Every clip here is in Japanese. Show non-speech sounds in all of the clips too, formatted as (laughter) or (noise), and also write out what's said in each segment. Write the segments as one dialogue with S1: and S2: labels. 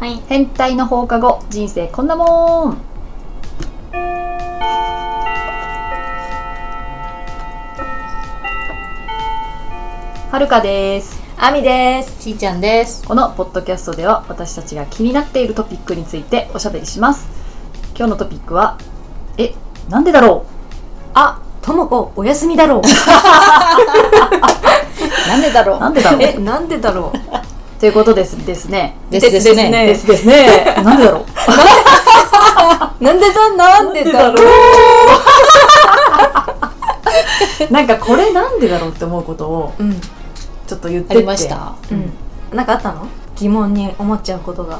S1: はい
S2: 変態の放課後人生こんなもんはるかです
S1: あみですちーちゃんです
S2: このポッドキャストでは私たちが気になっているトピックについておしゃべりします今日のトピックはえなんでだろ
S1: あともこお休み (laughs) だろうなんでだろ
S2: うなんでだろう
S1: えなんでだろ
S2: ということですですね
S1: うですですね
S2: ですですねなんでだろう
S1: うなんでだなんでだろう
S2: なんかこれなんでだろうって思うことを
S1: うん
S2: ちょっと言ってって
S3: ありました
S1: うんなんかあったの疑問に思っちゃうことが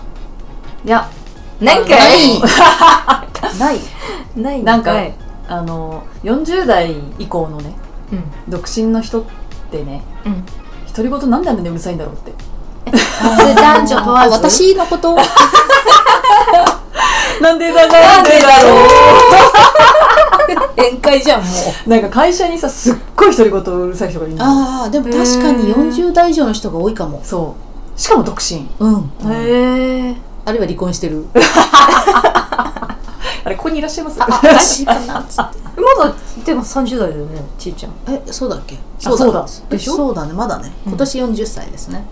S2: いや
S1: ないんか
S3: ないい
S2: ない
S1: ないん
S2: なんか
S1: い
S2: あの40代以降のね
S1: うん
S2: 独身の人ってね
S1: うん
S2: 独り言なんであんなにうるさいんだろうって
S1: それ男女問わ
S3: あ
S1: ず
S3: 私のこ
S2: (laughs)
S3: と
S2: なんでだ (laughs) なんでだろ
S3: (laughs) 宴会じゃんもう
S2: うなんか会社にさすっごい独り言うるさい人がいるの
S3: ああでも確かに
S1: うん
S3: 40代以上の人が多いかも
S2: そうしかも独身
S3: うん
S1: へえ
S3: あるいは離婚してる
S2: あれここにいらっしゃいます (laughs)
S3: 私かなつって
S1: まだでも30代だよねちーちゃん
S3: (laughs) えそうだっけ
S2: そうだ
S3: で
S2: で
S3: し
S2: し
S3: ょ
S2: ょ
S3: そうだねまだね
S1: うん
S3: 今年40歳ですね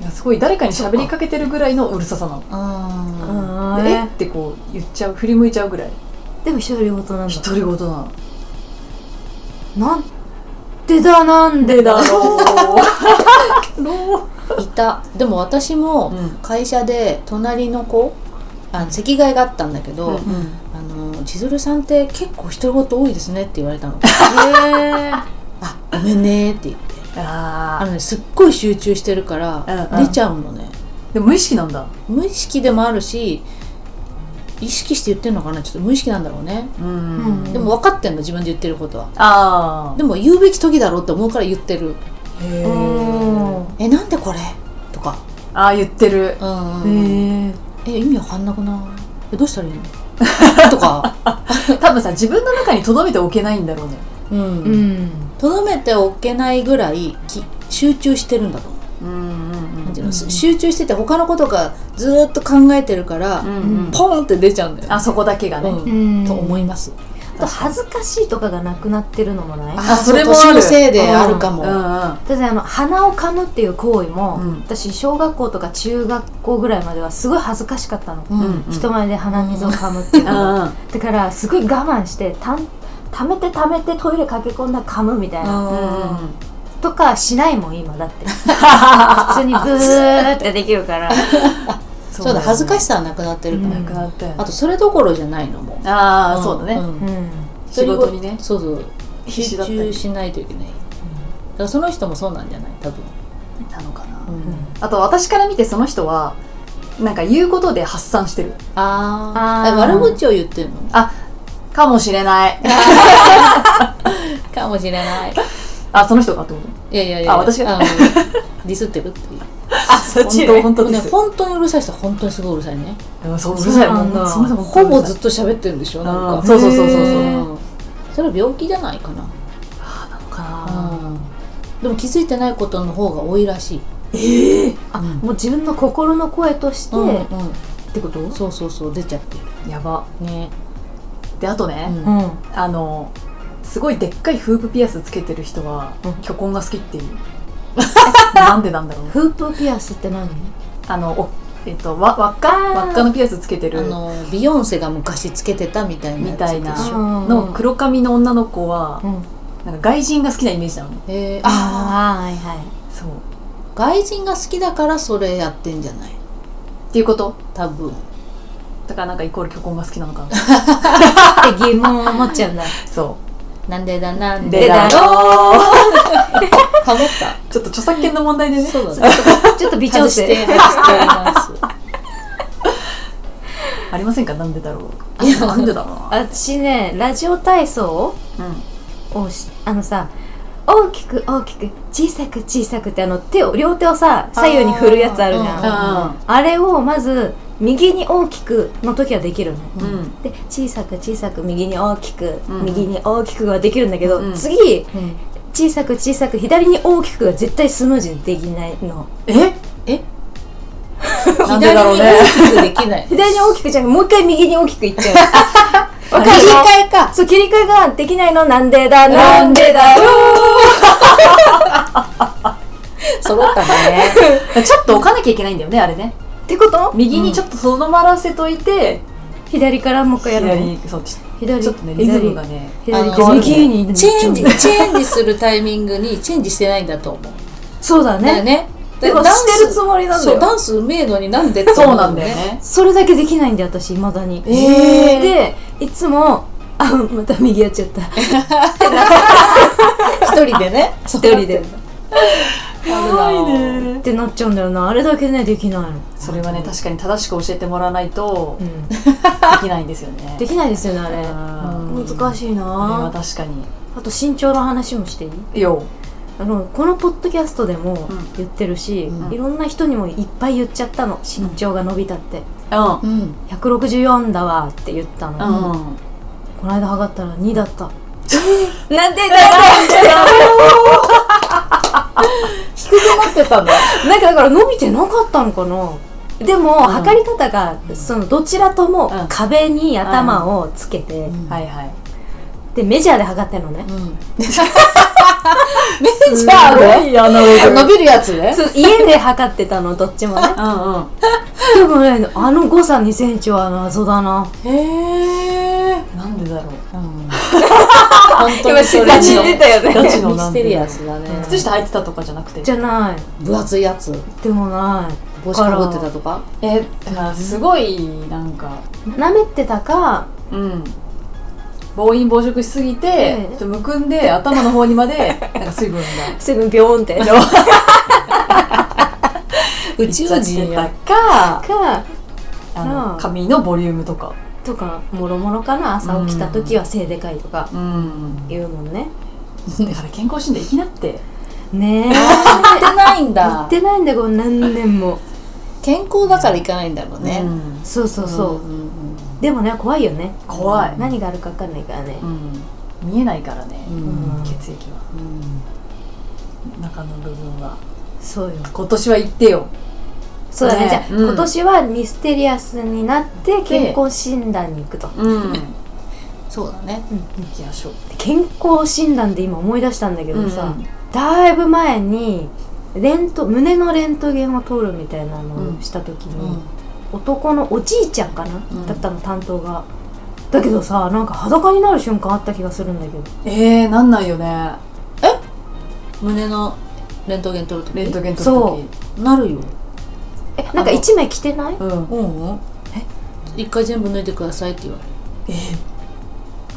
S2: いやすごい誰かに喋りかけてるぐらいのうるささなの
S3: うん
S1: あ
S2: でえっ
S1: え
S2: てこう言っちゃう振り向いちゃうぐらい
S1: でも独り言なんだ
S2: 独り言なの
S1: なんでだなんでだろ
S2: ろ
S3: いたでも私
S2: う (laughs)
S3: も
S2: ん
S3: 会社で隣の子あの席替えがあったんだけ
S2: うん
S3: どあの千鶴さんって結構独り言多いですねって言われ (laughs) たの
S1: うへえ
S3: あごめんねって言ってあ
S2: あ
S3: のねすっごい集中してるから
S2: うんうん
S3: 出ちゃうのね
S2: ーでも無意識なんだ
S3: 無意識でもあるし意識して言ってるのかなちょっと無意識なんだろうね、
S2: う
S1: うん
S3: でも分かってんの自分で言ってることは
S2: あ
S3: でも言うべき時だろうって思うから言ってる
S2: あへ
S1: うん
S2: ー
S3: えなんでこれとか
S2: ああ言ってる (laughs)
S3: うん、
S1: へえ
S3: え意味わかんなくないえどうしたらいいのとか
S2: 多分さ自分の中に留めておけないんだろうね
S3: う
S1: うんん
S3: とど、めておけないぐらいき集中してるんだと思う
S2: うんうん
S3: なんていう
S1: う
S3: の
S1: ん
S3: 集中してて他のことがずーっと考えてるから、
S2: うんうん
S3: ポンって出ちゃうんだよね
S2: あそこだけがね、
S3: うん
S1: うん
S3: と思います
S1: あと恥ずかしいとかがなくなってるのもない
S2: あそれもある
S3: 年のせいであるかも、
S2: う
S1: だってあの鼻をかむっていう行為も、
S2: うん
S1: 私小学校とか中学校ぐらいまではすごい恥ずかしかったの、
S3: うん
S2: うんうん
S1: 人前で鼻水をかむっていうのが、
S2: んうん
S1: だからすごい我慢してたん溜めて溜めてトイレ駆け込んだら噛むみたいな、
S3: うん
S1: とかしないもん今だって普通にブーってできるから
S3: そうだ恥ずかしさはなくなってるから、
S1: う
S2: なくなったよね
S3: あとそれどころじゃないのも
S2: ああ、
S3: ん
S2: そうだね、
S1: うんん
S2: 仕事にね
S3: そうそう
S2: 必死
S3: 集
S2: だったり
S3: 中しないといけない、だからその人もそうなんじゃない多分、
S2: なのかな、
S1: うん
S2: あと私から見てその人はなんか言うことで発散してる
S3: あ
S1: あー
S3: ーあ悪口を言ってるの
S2: かもしれ
S3: (laughs)
S2: ない
S3: かもしれない
S2: あその人がってこと
S3: いやいやいや
S2: あ私が
S3: の
S2: (laughs)
S3: ディスってるっていう
S1: あそ
S2: 本当本当
S3: ね
S2: です、
S3: 本当にうるさい人は本当にすごいうるさいね
S2: うんそううるさい
S1: そうな
S2: も
S1: ん
S2: ん
S1: だ
S2: その人も
S3: ほぼず
S2: っ
S3: っと喋ってるんでしょなん
S2: と
S3: か
S2: そうそうそうそう
S1: へ
S2: そう
S1: ー
S3: うんそれは病気じゃないかな
S2: なのかな
S3: でも気づいてないことの方が多いらしい
S2: ええ
S1: あもう自分の心の声として、
S3: う
S1: っ
S3: んうん
S1: てことう
S3: そうそうそう出ちゃってる
S2: やば
S3: ね
S2: であとね、
S3: うん
S1: ん
S2: あのすごいでっかいフープピアスつけてる人は
S1: うん
S2: 巨根が好きっていうなんでなんだろう
S1: フープピアスって何
S2: あのおえっとわ輪っか
S1: あー
S2: 輪っかのピアスつけて
S3: あ
S2: る
S3: のビヨンセが昔つけてたみたいなやつ
S2: みたいな
S3: でしょ
S1: うん
S2: の黒髪の女の子は
S1: うん
S2: なんか外人が好きなイメージなのね
S3: えー、あ
S1: ああはいはい
S2: そう
S3: ー外人が好きだからそれやってんじゃない
S2: っていうこと
S3: 多分
S2: だからなんかイコール巨根が好きなのかな
S1: って疑問を持っちゃ (laughs) うんだ
S2: そ
S3: なんでだな
S2: うん
S1: で
S3: で
S1: だ
S3: だ
S2: ろう
S3: かぶった
S2: ちょっと著作権の問題でね
S3: (laughs) そうだね
S1: ちょっと微調
S3: 外して
S1: 整
S3: 外しております
S2: ありませんかなんでだろういやなんでだろ
S1: 私ねラジオ体操
S2: ううん
S1: をしあのさ大きく大きく小さく小さくってあの手を両手をさ左右に振るやつあるじゃん
S3: あー
S2: あ
S1: あれをまず右に大きくの時はできるのよ
S2: うん
S1: で小さく小さく右に大きく、
S2: うん
S1: 右に大きくができるんだけど、
S2: うん
S1: 次
S3: うん
S1: 小さく小さく左に大きくが絶対スムーズにできないの
S2: え
S3: (laughs) え
S2: なんでだろ
S3: 左
S2: う
S3: に
S2: ね
S3: 大きくでき (laughs) ない。
S1: 左に大きくじゃなくてもう一回右に大きくいっちゃうわか
S3: 切り
S1: る
S3: 替え (laughs) か。
S1: そう切り替えができないのなんでだなんでだよ
S3: 揃ったね。
S2: (laughs) ちょっと置かなきゃいけないんだよねあれね
S1: ってこと
S2: 右にちょっととどまらせといて、
S1: 左からもう一回やる
S2: 左
S1: の
S2: にそうち
S1: 左
S2: ちょっとねリズムがね
S1: 左
S3: あの
S1: 左右に
S3: チェンジ、チェンジするタイミングにチェンジしてないんだと思う。
S1: そうだ
S3: だよ
S1: ね
S3: ね。
S1: でも
S3: ダン
S1: 知ってる
S3: ス
S1: つもりなんだ
S3: そう、
S1: よ
S3: ダンスうめえのになんでって思
S2: そうなんだよ。ね
S1: それだけできないんで私いまだに
S2: えー
S1: でいつもあまた右やっちゃった
S3: 一人でね。一
S1: 一人で
S2: ね
S1: ってなっちゃうんだよなあれだけねできないの
S2: それはね確かに正しく教えてもらわないと
S1: う、ん
S2: できないんですよね
S1: できないですよねあれ
S2: うん
S1: 難しい
S2: あれは
S1: な
S2: 確かに
S1: あと身長の話もしていい
S2: よ
S1: あのこのポッドキャストでも
S2: うん
S1: 言ってるし、
S3: うん
S1: いろんな人にもいっぱい言っちゃったの身長が伸びたって
S2: うん
S3: (laughs) うん。
S1: 164だわって言った
S2: う
S1: の、
S2: ん、
S1: この間測ったら2だった (laughs) なんで
S3: 低くなってたんだ。
S1: なんかだから伸びてなかったのかなでも、
S2: ん
S1: 測り方がそのどちらとも
S2: うん
S1: 壁に頭をつけて、
S2: はいはい
S1: でメジャーで測ってるの
S2: (laughs)
S1: ね、
S3: うん。メジャーで
S2: いやなる
S3: 伸びるやつね。
S1: (laughs) そう家で測ってたのどっちも (laughs) ね
S2: うんうん
S1: でもねあの誤差2センチは謎だな
S3: へえ。
S2: なんでだろう、うん、
S3: 本当にそれ
S2: 知って
S3: の
S1: たよね
S2: ガチの
S3: ミ
S2: なん
S3: ス
S2: で
S3: テリアスだね。
S2: 靴下履いてたとかじゃなくて
S1: (laughs) じゃない
S3: 分厚いやつ。
S1: でもない
S3: 帽子かぶってたとか。
S2: えだからすごいなんか
S1: 斜めってたか
S2: うん暴飲暴食しすぎて、ちょ
S1: うん
S2: っとむくんで頭の方にまでなんか水分が
S1: セブンビョーンって
S3: 宇宙人
S2: や
S3: や
S2: っ。たか
S1: か
S2: あの
S1: うん
S2: 髪のボリュームとか
S1: とかもろもろかな朝起きた時は背でかいとか
S2: うん
S1: 言うもんね
S2: だから健康診断行きなって
S1: ね (laughs) え
S3: 行ってないん
S1: 行
S3: だ
S1: っ。てないんだよこれ何年も
S3: 健康だから行かないんだろうね。
S2: うん
S1: そうそうそう、
S3: んんうん
S1: でもね怖いよね
S2: 怖い、
S1: 何があるか分かんないからね
S2: うん、見えないからね、
S1: うん
S2: 血液は中の部分は
S1: そうよ
S2: 今年は行ってよ
S1: そうだね
S2: ね
S1: じゃあ、
S2: うん
S1: 今年はミステリアスになって健康診断に行くと、
S2: うん行
S3: そうだね。
S2: きましょう
S1: 健康診断で今思い出したんだけどさ、
S2: うん
S1: だいぶ前にレント胸のレントゲンを取るみたいなのをした時に、男のおじいちゃんかな、
S2: ん
S1: だったの担当がだけどさなんか裸になる瞬間あった気がするんだけど
S2: えー、なんないよね
S3: 胸のレントゲン取るとき。
S2: レントゲン撮
S1: そ
S2: る
S3: なるよ。
S1: えなんか一枚着てない
S2: ときうん
S3: うん。え一回全部脱いでくださいって言われる。
S2: えー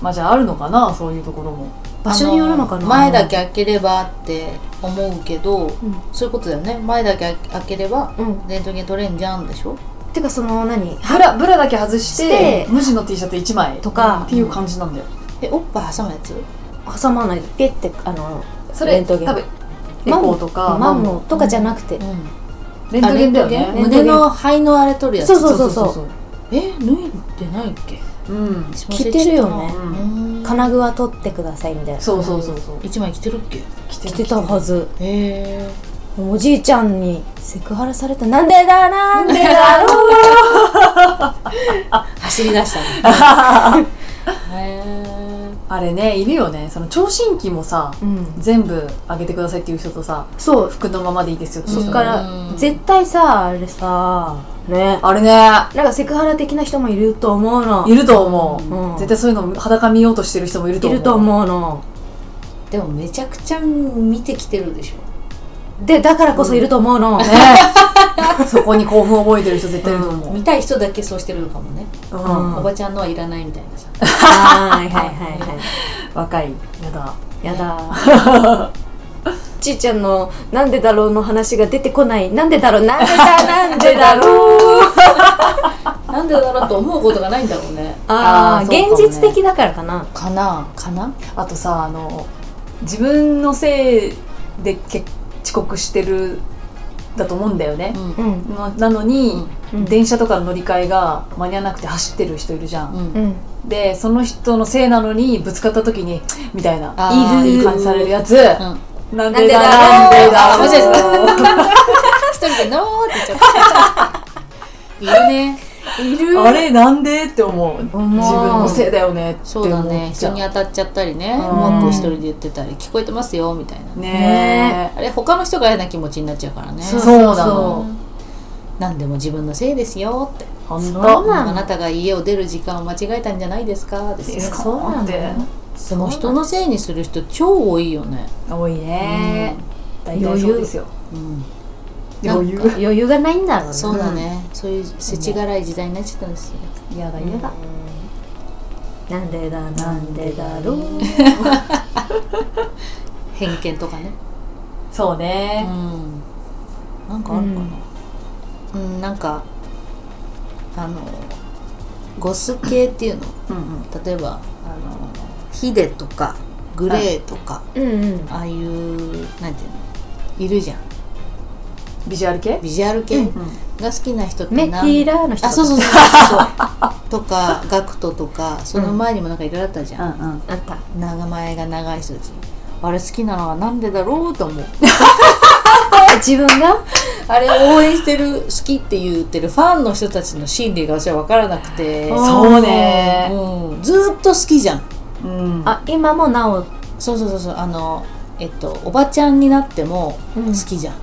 S2: まあじゃああるのかなそういうところも
S1: 場所によるのかな
S3: あ前だけ開ければって思うけど、
S1: ん
S3: そういうことだよね前だけ開ければ
S1: うん
S3: レントゲン取れんじゃんでしょ
S1: てかその何
S2: ブラブラだけ外して
S1: して
S2: 無地の T シャツ1枚
S1: とか
S2: っていう感じなんだよ
S3: えおっぱい挟むやつ
S1: 挟まないでピッてあの
S2: それ
S1: レントゲン
S2: 多分エコーとか
S1: マンモとかじゃなくて、
S3: う
S2: レントゲンだよ
S1: レント
S2: ね
S1: ゲン
S3: 胸の肺のあれ取るやつ
S1: そうそうそうそう
S3: え脱いでないっけ
S2: うん
S1: 着てるよね
S3: う
S1: うん
S3: ん
S1: 金具は取ってくださいみたいな
S2: そうそうそうそう
S3: 一枚着てるっけ
S2: 着
S1: 着てたはず
S3: へえ
S1: おじいちゃんにセクハラされたなんでだなんでだろう
S3: 走り出したね (laughs) へえ
S2: あれねいるよねその聴診器もさ
S1: (laughs) うん
S2: 全部あげてくださいっていう人とさ
S1: そう
S2: 服のままでいいですよっていう
S1: そ
S2: 人
S1: っか
S3: う
S1: ら
S3: ん
S1: 絶対さあれさね
S2: あれね
S1: なんかセクハラ的な人もいると思うの
S2: いると思う、
S1: うん
S2: 絶対そういうの裸見ようとしてる人もいると
S1: い
S2: 思う
S1: ると思うの
S3: でもめちゃくちゃ見てきてるでしょ
S1: でだからこそいると思う (laughs) の、
S2: ねえそこに興奮を覚えてる人絶対いると思う、
S3: 見たい人だけそうしてるのかもね、
S2: うん
S1: うん
S3: おばちゃんのはいらないみたいなさ
S1: はいはいはいはい
S2: 若いやだ
S1: やだ (laughs) ちいちゃんの「なんでだろう」の話が出てこない「なんでだろう」「なんでだなんでだろう」
S3: なんでだろうと思うことがないんだろうね
S1: (laughs) ああ
S2: あーそう
S1: 現
S2: かもね
S1: 実的だからかな
S3: かなかな
S2: あとさあの自分のせいでけ遅刻してるだと思うんだよね、
S3: ん
S1: うん
S2: ななのに、
S1: うん
S2: 電車とかの乗り換えが間に合わなくて走ってる人いるじゃん、
S3: うん
S1: うん
S2: でその人のせいなのにぶつかった時に「みたいな
S3: あ
S1: ー
S2: いい感じされるやつ、
S3: うん
S2: なん
S1: なんで
S2: で
S1: だ
S2: だ
S1: ろう
S2: なんでだ
S3: あ間違え
S2: ろう
S3: (laughs) 一人で「ノー」って言っちゃったいるね
S1: いる
S2: あれなんでって思う自分のせいだよねって思っちゃ
S3: そうだね人に当たっちゃったりね
S2: う
S3: うんまく一人で言ってたり聞こえてますよみたいな
S2: ね
S3: あれ他の人が嫌な気持ちになっちゃうからね
S2: そうなの
S3: 何でも自分のせいですよって
S2: えほん
S1: そう
S2: と
S1: な
S3: あ
S1: の
S3: なたが家を出る時間を間違えたんじゃないですかですよ
S2: ですか
S1: そうなの
S2: で
S3: でも人のせいにする人超多いよね、
S2: 多いね大体
S1: 余裕
S2: そうですよ
S3: うん、なんか
S2: 余裕
S1: 余裕がないんだろうね
S3: そうだね、そういう世知辛い時代になっちゃったんですよ
S2: 嫌だ嫌だ
S1: なんでだなんでだろう (laughs)
S3: 偏見とかね
S2: そう
S3: う
S2: ね
S3: んなんかあるかなうん、なんかあのゴス系っていうの
S2: うんうん
S3: 例えばあのヒデとかグレーとか、
S1: うんうん
S3: ああいうなんていうのいるじゃん
S2: ビジュアル系
S3: ビジュアル系
S2: うん
S3: が好きな人って
S1: メッ
S3: な
S1: キーラーの人
S3: あそうそううそうそうとかガクトとかその前にもなんかいろいろあったじゃん
S2: うんうん
S1: あった
S3: 名前が長い人たちあれ好きなのはなんでだろうと思う
S1: 自分が
S3: あれ応援してる好きって言ってるファンの人たちの心理が私は分からなくて、
S1: あ
S2: そうね
S3: うん、ずーっと好きじゃん
S2: うん
S1: あ今もなお
S3: そうそうそうそうあのえっとおばちゃんになっても
S1: うん
S3: 好きじゃん、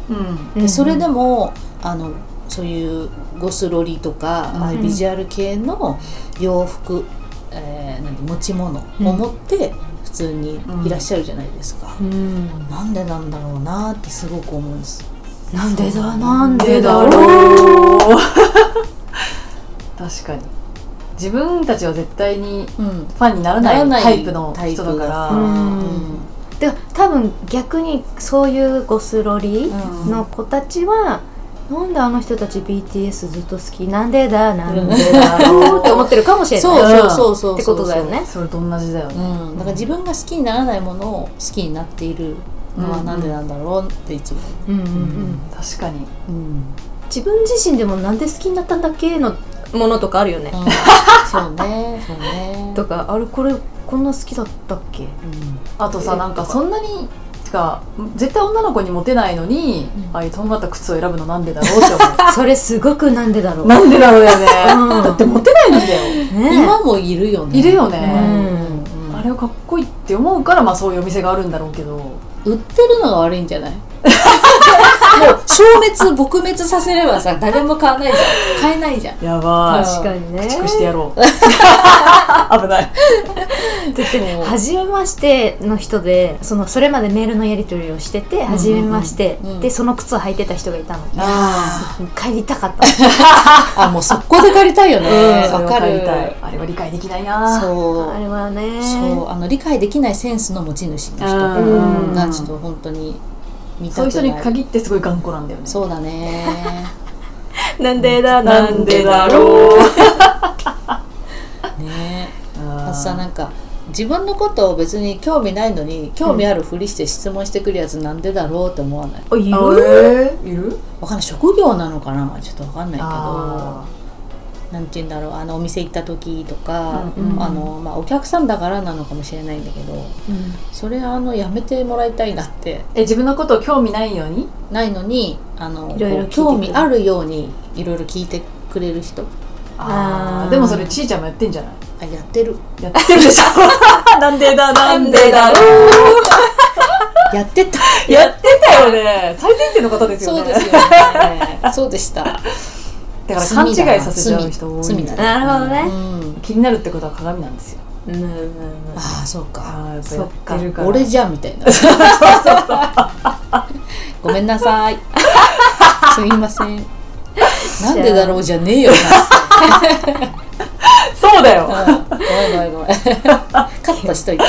S2: うん
S3: でそれでもあのそういうゴスロリとか、
S2: うん
S3: ああいうビジュアル系の洋服、えー、なんて持ち物を持って普通にいらっしゃるじゃないですか、
S1: うん
S3: なんでなんだろうなってすごく思うんです
S1: なんでだなんで
S2: で
S1: だ
S2: だ
S1: ろう
S2: ろう (laughs) 確かに自分たちは絶対に
S3: うん
S2: ファンになら
S3: なら
S2: な
S3: ないい
S2: タイプの人だか
S1: う
S2: ら
S1: んで多分逆にそういうゴスロリ
S3: うん
S1: の子たちは、なんであの人たち BTS ずっと好きなんでだなんでだろうって思ってるかもしれない
S3: そうそうそうそう
S1: ってことだよ
S2: (laughs)
S1: ね
S2: それと同じだよ
S3: う
S2: ね
S3: ん、だから自分が好きにならないものを好きになっているのはなんでなんだろうっていつも、
S1: うんうんう
S2: うん
S1: ん
S2: 確かに
S3: うん
S1: 自分自身でもなんで好きになったんだっけのものとかあるよね、
S3: そうねそうね
S1: とかあれこれこんな好きだったっけ
S3: うん
S2: あとさ
S1: え
S2: なんかそんなにてか絶対女の子にモテないのに、
S3: うん
S2: ああいうとんがった靴を選ぶのなんでだろうって思
S1: それすごくなんでだろう
S2: う (laughs) なんでだろうだよね
S1: うん
S2: だってモテないんだよ
S1: ねえ
S3: 今もいるよ
S2: (laughs)
S3: ね
S2: いるよ
S3: う
S2: ね、
S3: んうん
S2: あれをかっこいいって思うからまあそういうお店があるんだろうけど
S3: 売ってるのが悪いんじゃない (laughs) もう消滅撲滅させればさ誰も買わないじゃん買えないじゃん
S2: やばい
S1: 確かにね
S2: 駆逐してや (laughs) ろう危ない
S3: そう
S1: 初めましての人でそのそれまでメールのやり取りをしてて初めまして、
S3: うん
S1: でその靴を履いてた人がいたの
S2: あ
S1: 帰りたかった
S3: あもう速攻で借りたいよね
S2: あ
S3: わかる
S2: あれは理解できないな
S3: そ
S1: あ
S3: う
S1: れはね
S3: そうあの理解できないセンスの持ち主の人
S2: うん
S3: がちょっと本当に見
S2: そ
S3: た
S2: ういう
S3: く
S2: 人
S3: な
S2: に
S3: い
S2: 限ってすごい頑固なんだよね
S3: そうだ
S2: (laughs)
S3: ね
S1: なんでだなんでだろう
S2: ろう
S3: ね
S2: あ
S3: あとさなんか自分のことを別に興味ないのに興味あるふりして質問してくるやつなんでだろうって思わない
S1: あい
S2: い
S1: ろいろ
S2: るいる
S3: わかんない職業なのかなちょっとわかんないけど
S2: あ
S3: なんて言うんだろうあのお店行った時とか、
S2: うんうん
S3: あのまあ、お客さんだからなのかもしれないんだけどそれあのやめてもらいたいなって
S2: ーえ自分のことを興味ないように
S3: ないのにあの
S1: いろいろ聞いてくる
S3: 興味あるようにいろいろ聞いてくれる人
S2: あ
S1: あー
S2: ーでもそれちーちゃんもやってんじゃない
S3: あやってる
S2: やってるでしょ (laughs) なんでだなんでだろう
S3: やってた
S2: やってたよね最前線の方ですよね
S3: (laughs) そうですよねそうでした
S2: だから勘違いさせちゃう人多い
S3: 罪
S2: ん
S3: だ
S2: だ
S3: 罪
S2: よ
S3: だ
S1: なるほど
S3: う
S1: ね、
S3: ん
S2: 気になるってことは鏡なんですよ
S1: うんうんうん
S3: ああそうか
S2: あー
S1: そ
S2: や
S1: っ
S2: っぱ
S1: か
S2: やってるから
S3: 俺じゃんみたいなごめんなさいすみませんなんでだろうじゃねえよ
S2: そうだよ
S3: なうんごめんごめんごめんカットしといて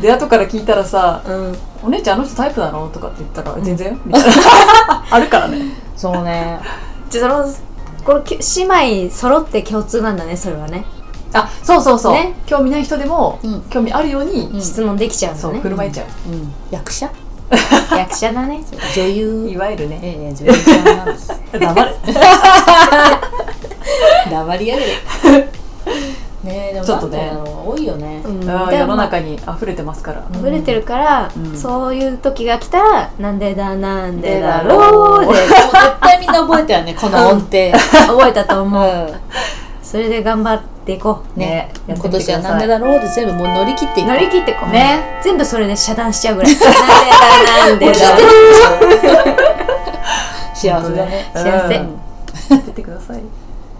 S2: で後から聞いたらさ
S1: うん、
S2: 「お姉ちゃんあの人タイプなの?」とかって言ったから「全然」みたいな (laughs) あるからね
S3: そうね
S1: じゃあそのこれき姉妹揃って共通なんだねそれはね
S2: あそうそうそう、
S1: ね
S2: 興味ない人でも、
S3: うん
S2: 興味あるように、
S3: ん
S1: 質問できちゃう
S2: そ
S1: の
S2: う
S1: ね、
S2: 振る舞いちゃう、
S3: うん役者
S1: 役者だね
S3: 女優
S2: いわゆる
S3: え
S2: ね
S3: え女優さんなんです
S2: 黙る
S3: 黙りやがれねえでも
S2: ちょっとね
S3: なんだろう多いよね
S1: (laughs) うん
S2: うん
S1: で
S2: 世の
S1: もまあ
S2: 中に溢れてますから、
S3: ん
S1: 溢れてるから、
S2: うん
S1: そういう時が来たらなんでだなんでだ
S3: う
S1: ろうで
S3: でも絶対覚えたよねこの音程、
S1: 覚えたと思う
S3: うん
S1: それで頑張っていこう
S3: ね
S2: ねやって
S3: 今
S2: みてください
S3: 年はなんでだろうで全部もう乗り切っていこう
S1: 乗り切ってこう
S2: ね
S1: 全部それで遮断しちゃうぐらいなんでだなんでだろう
S3: 幸せだね
S1: 幸せ
S2: うんやってってください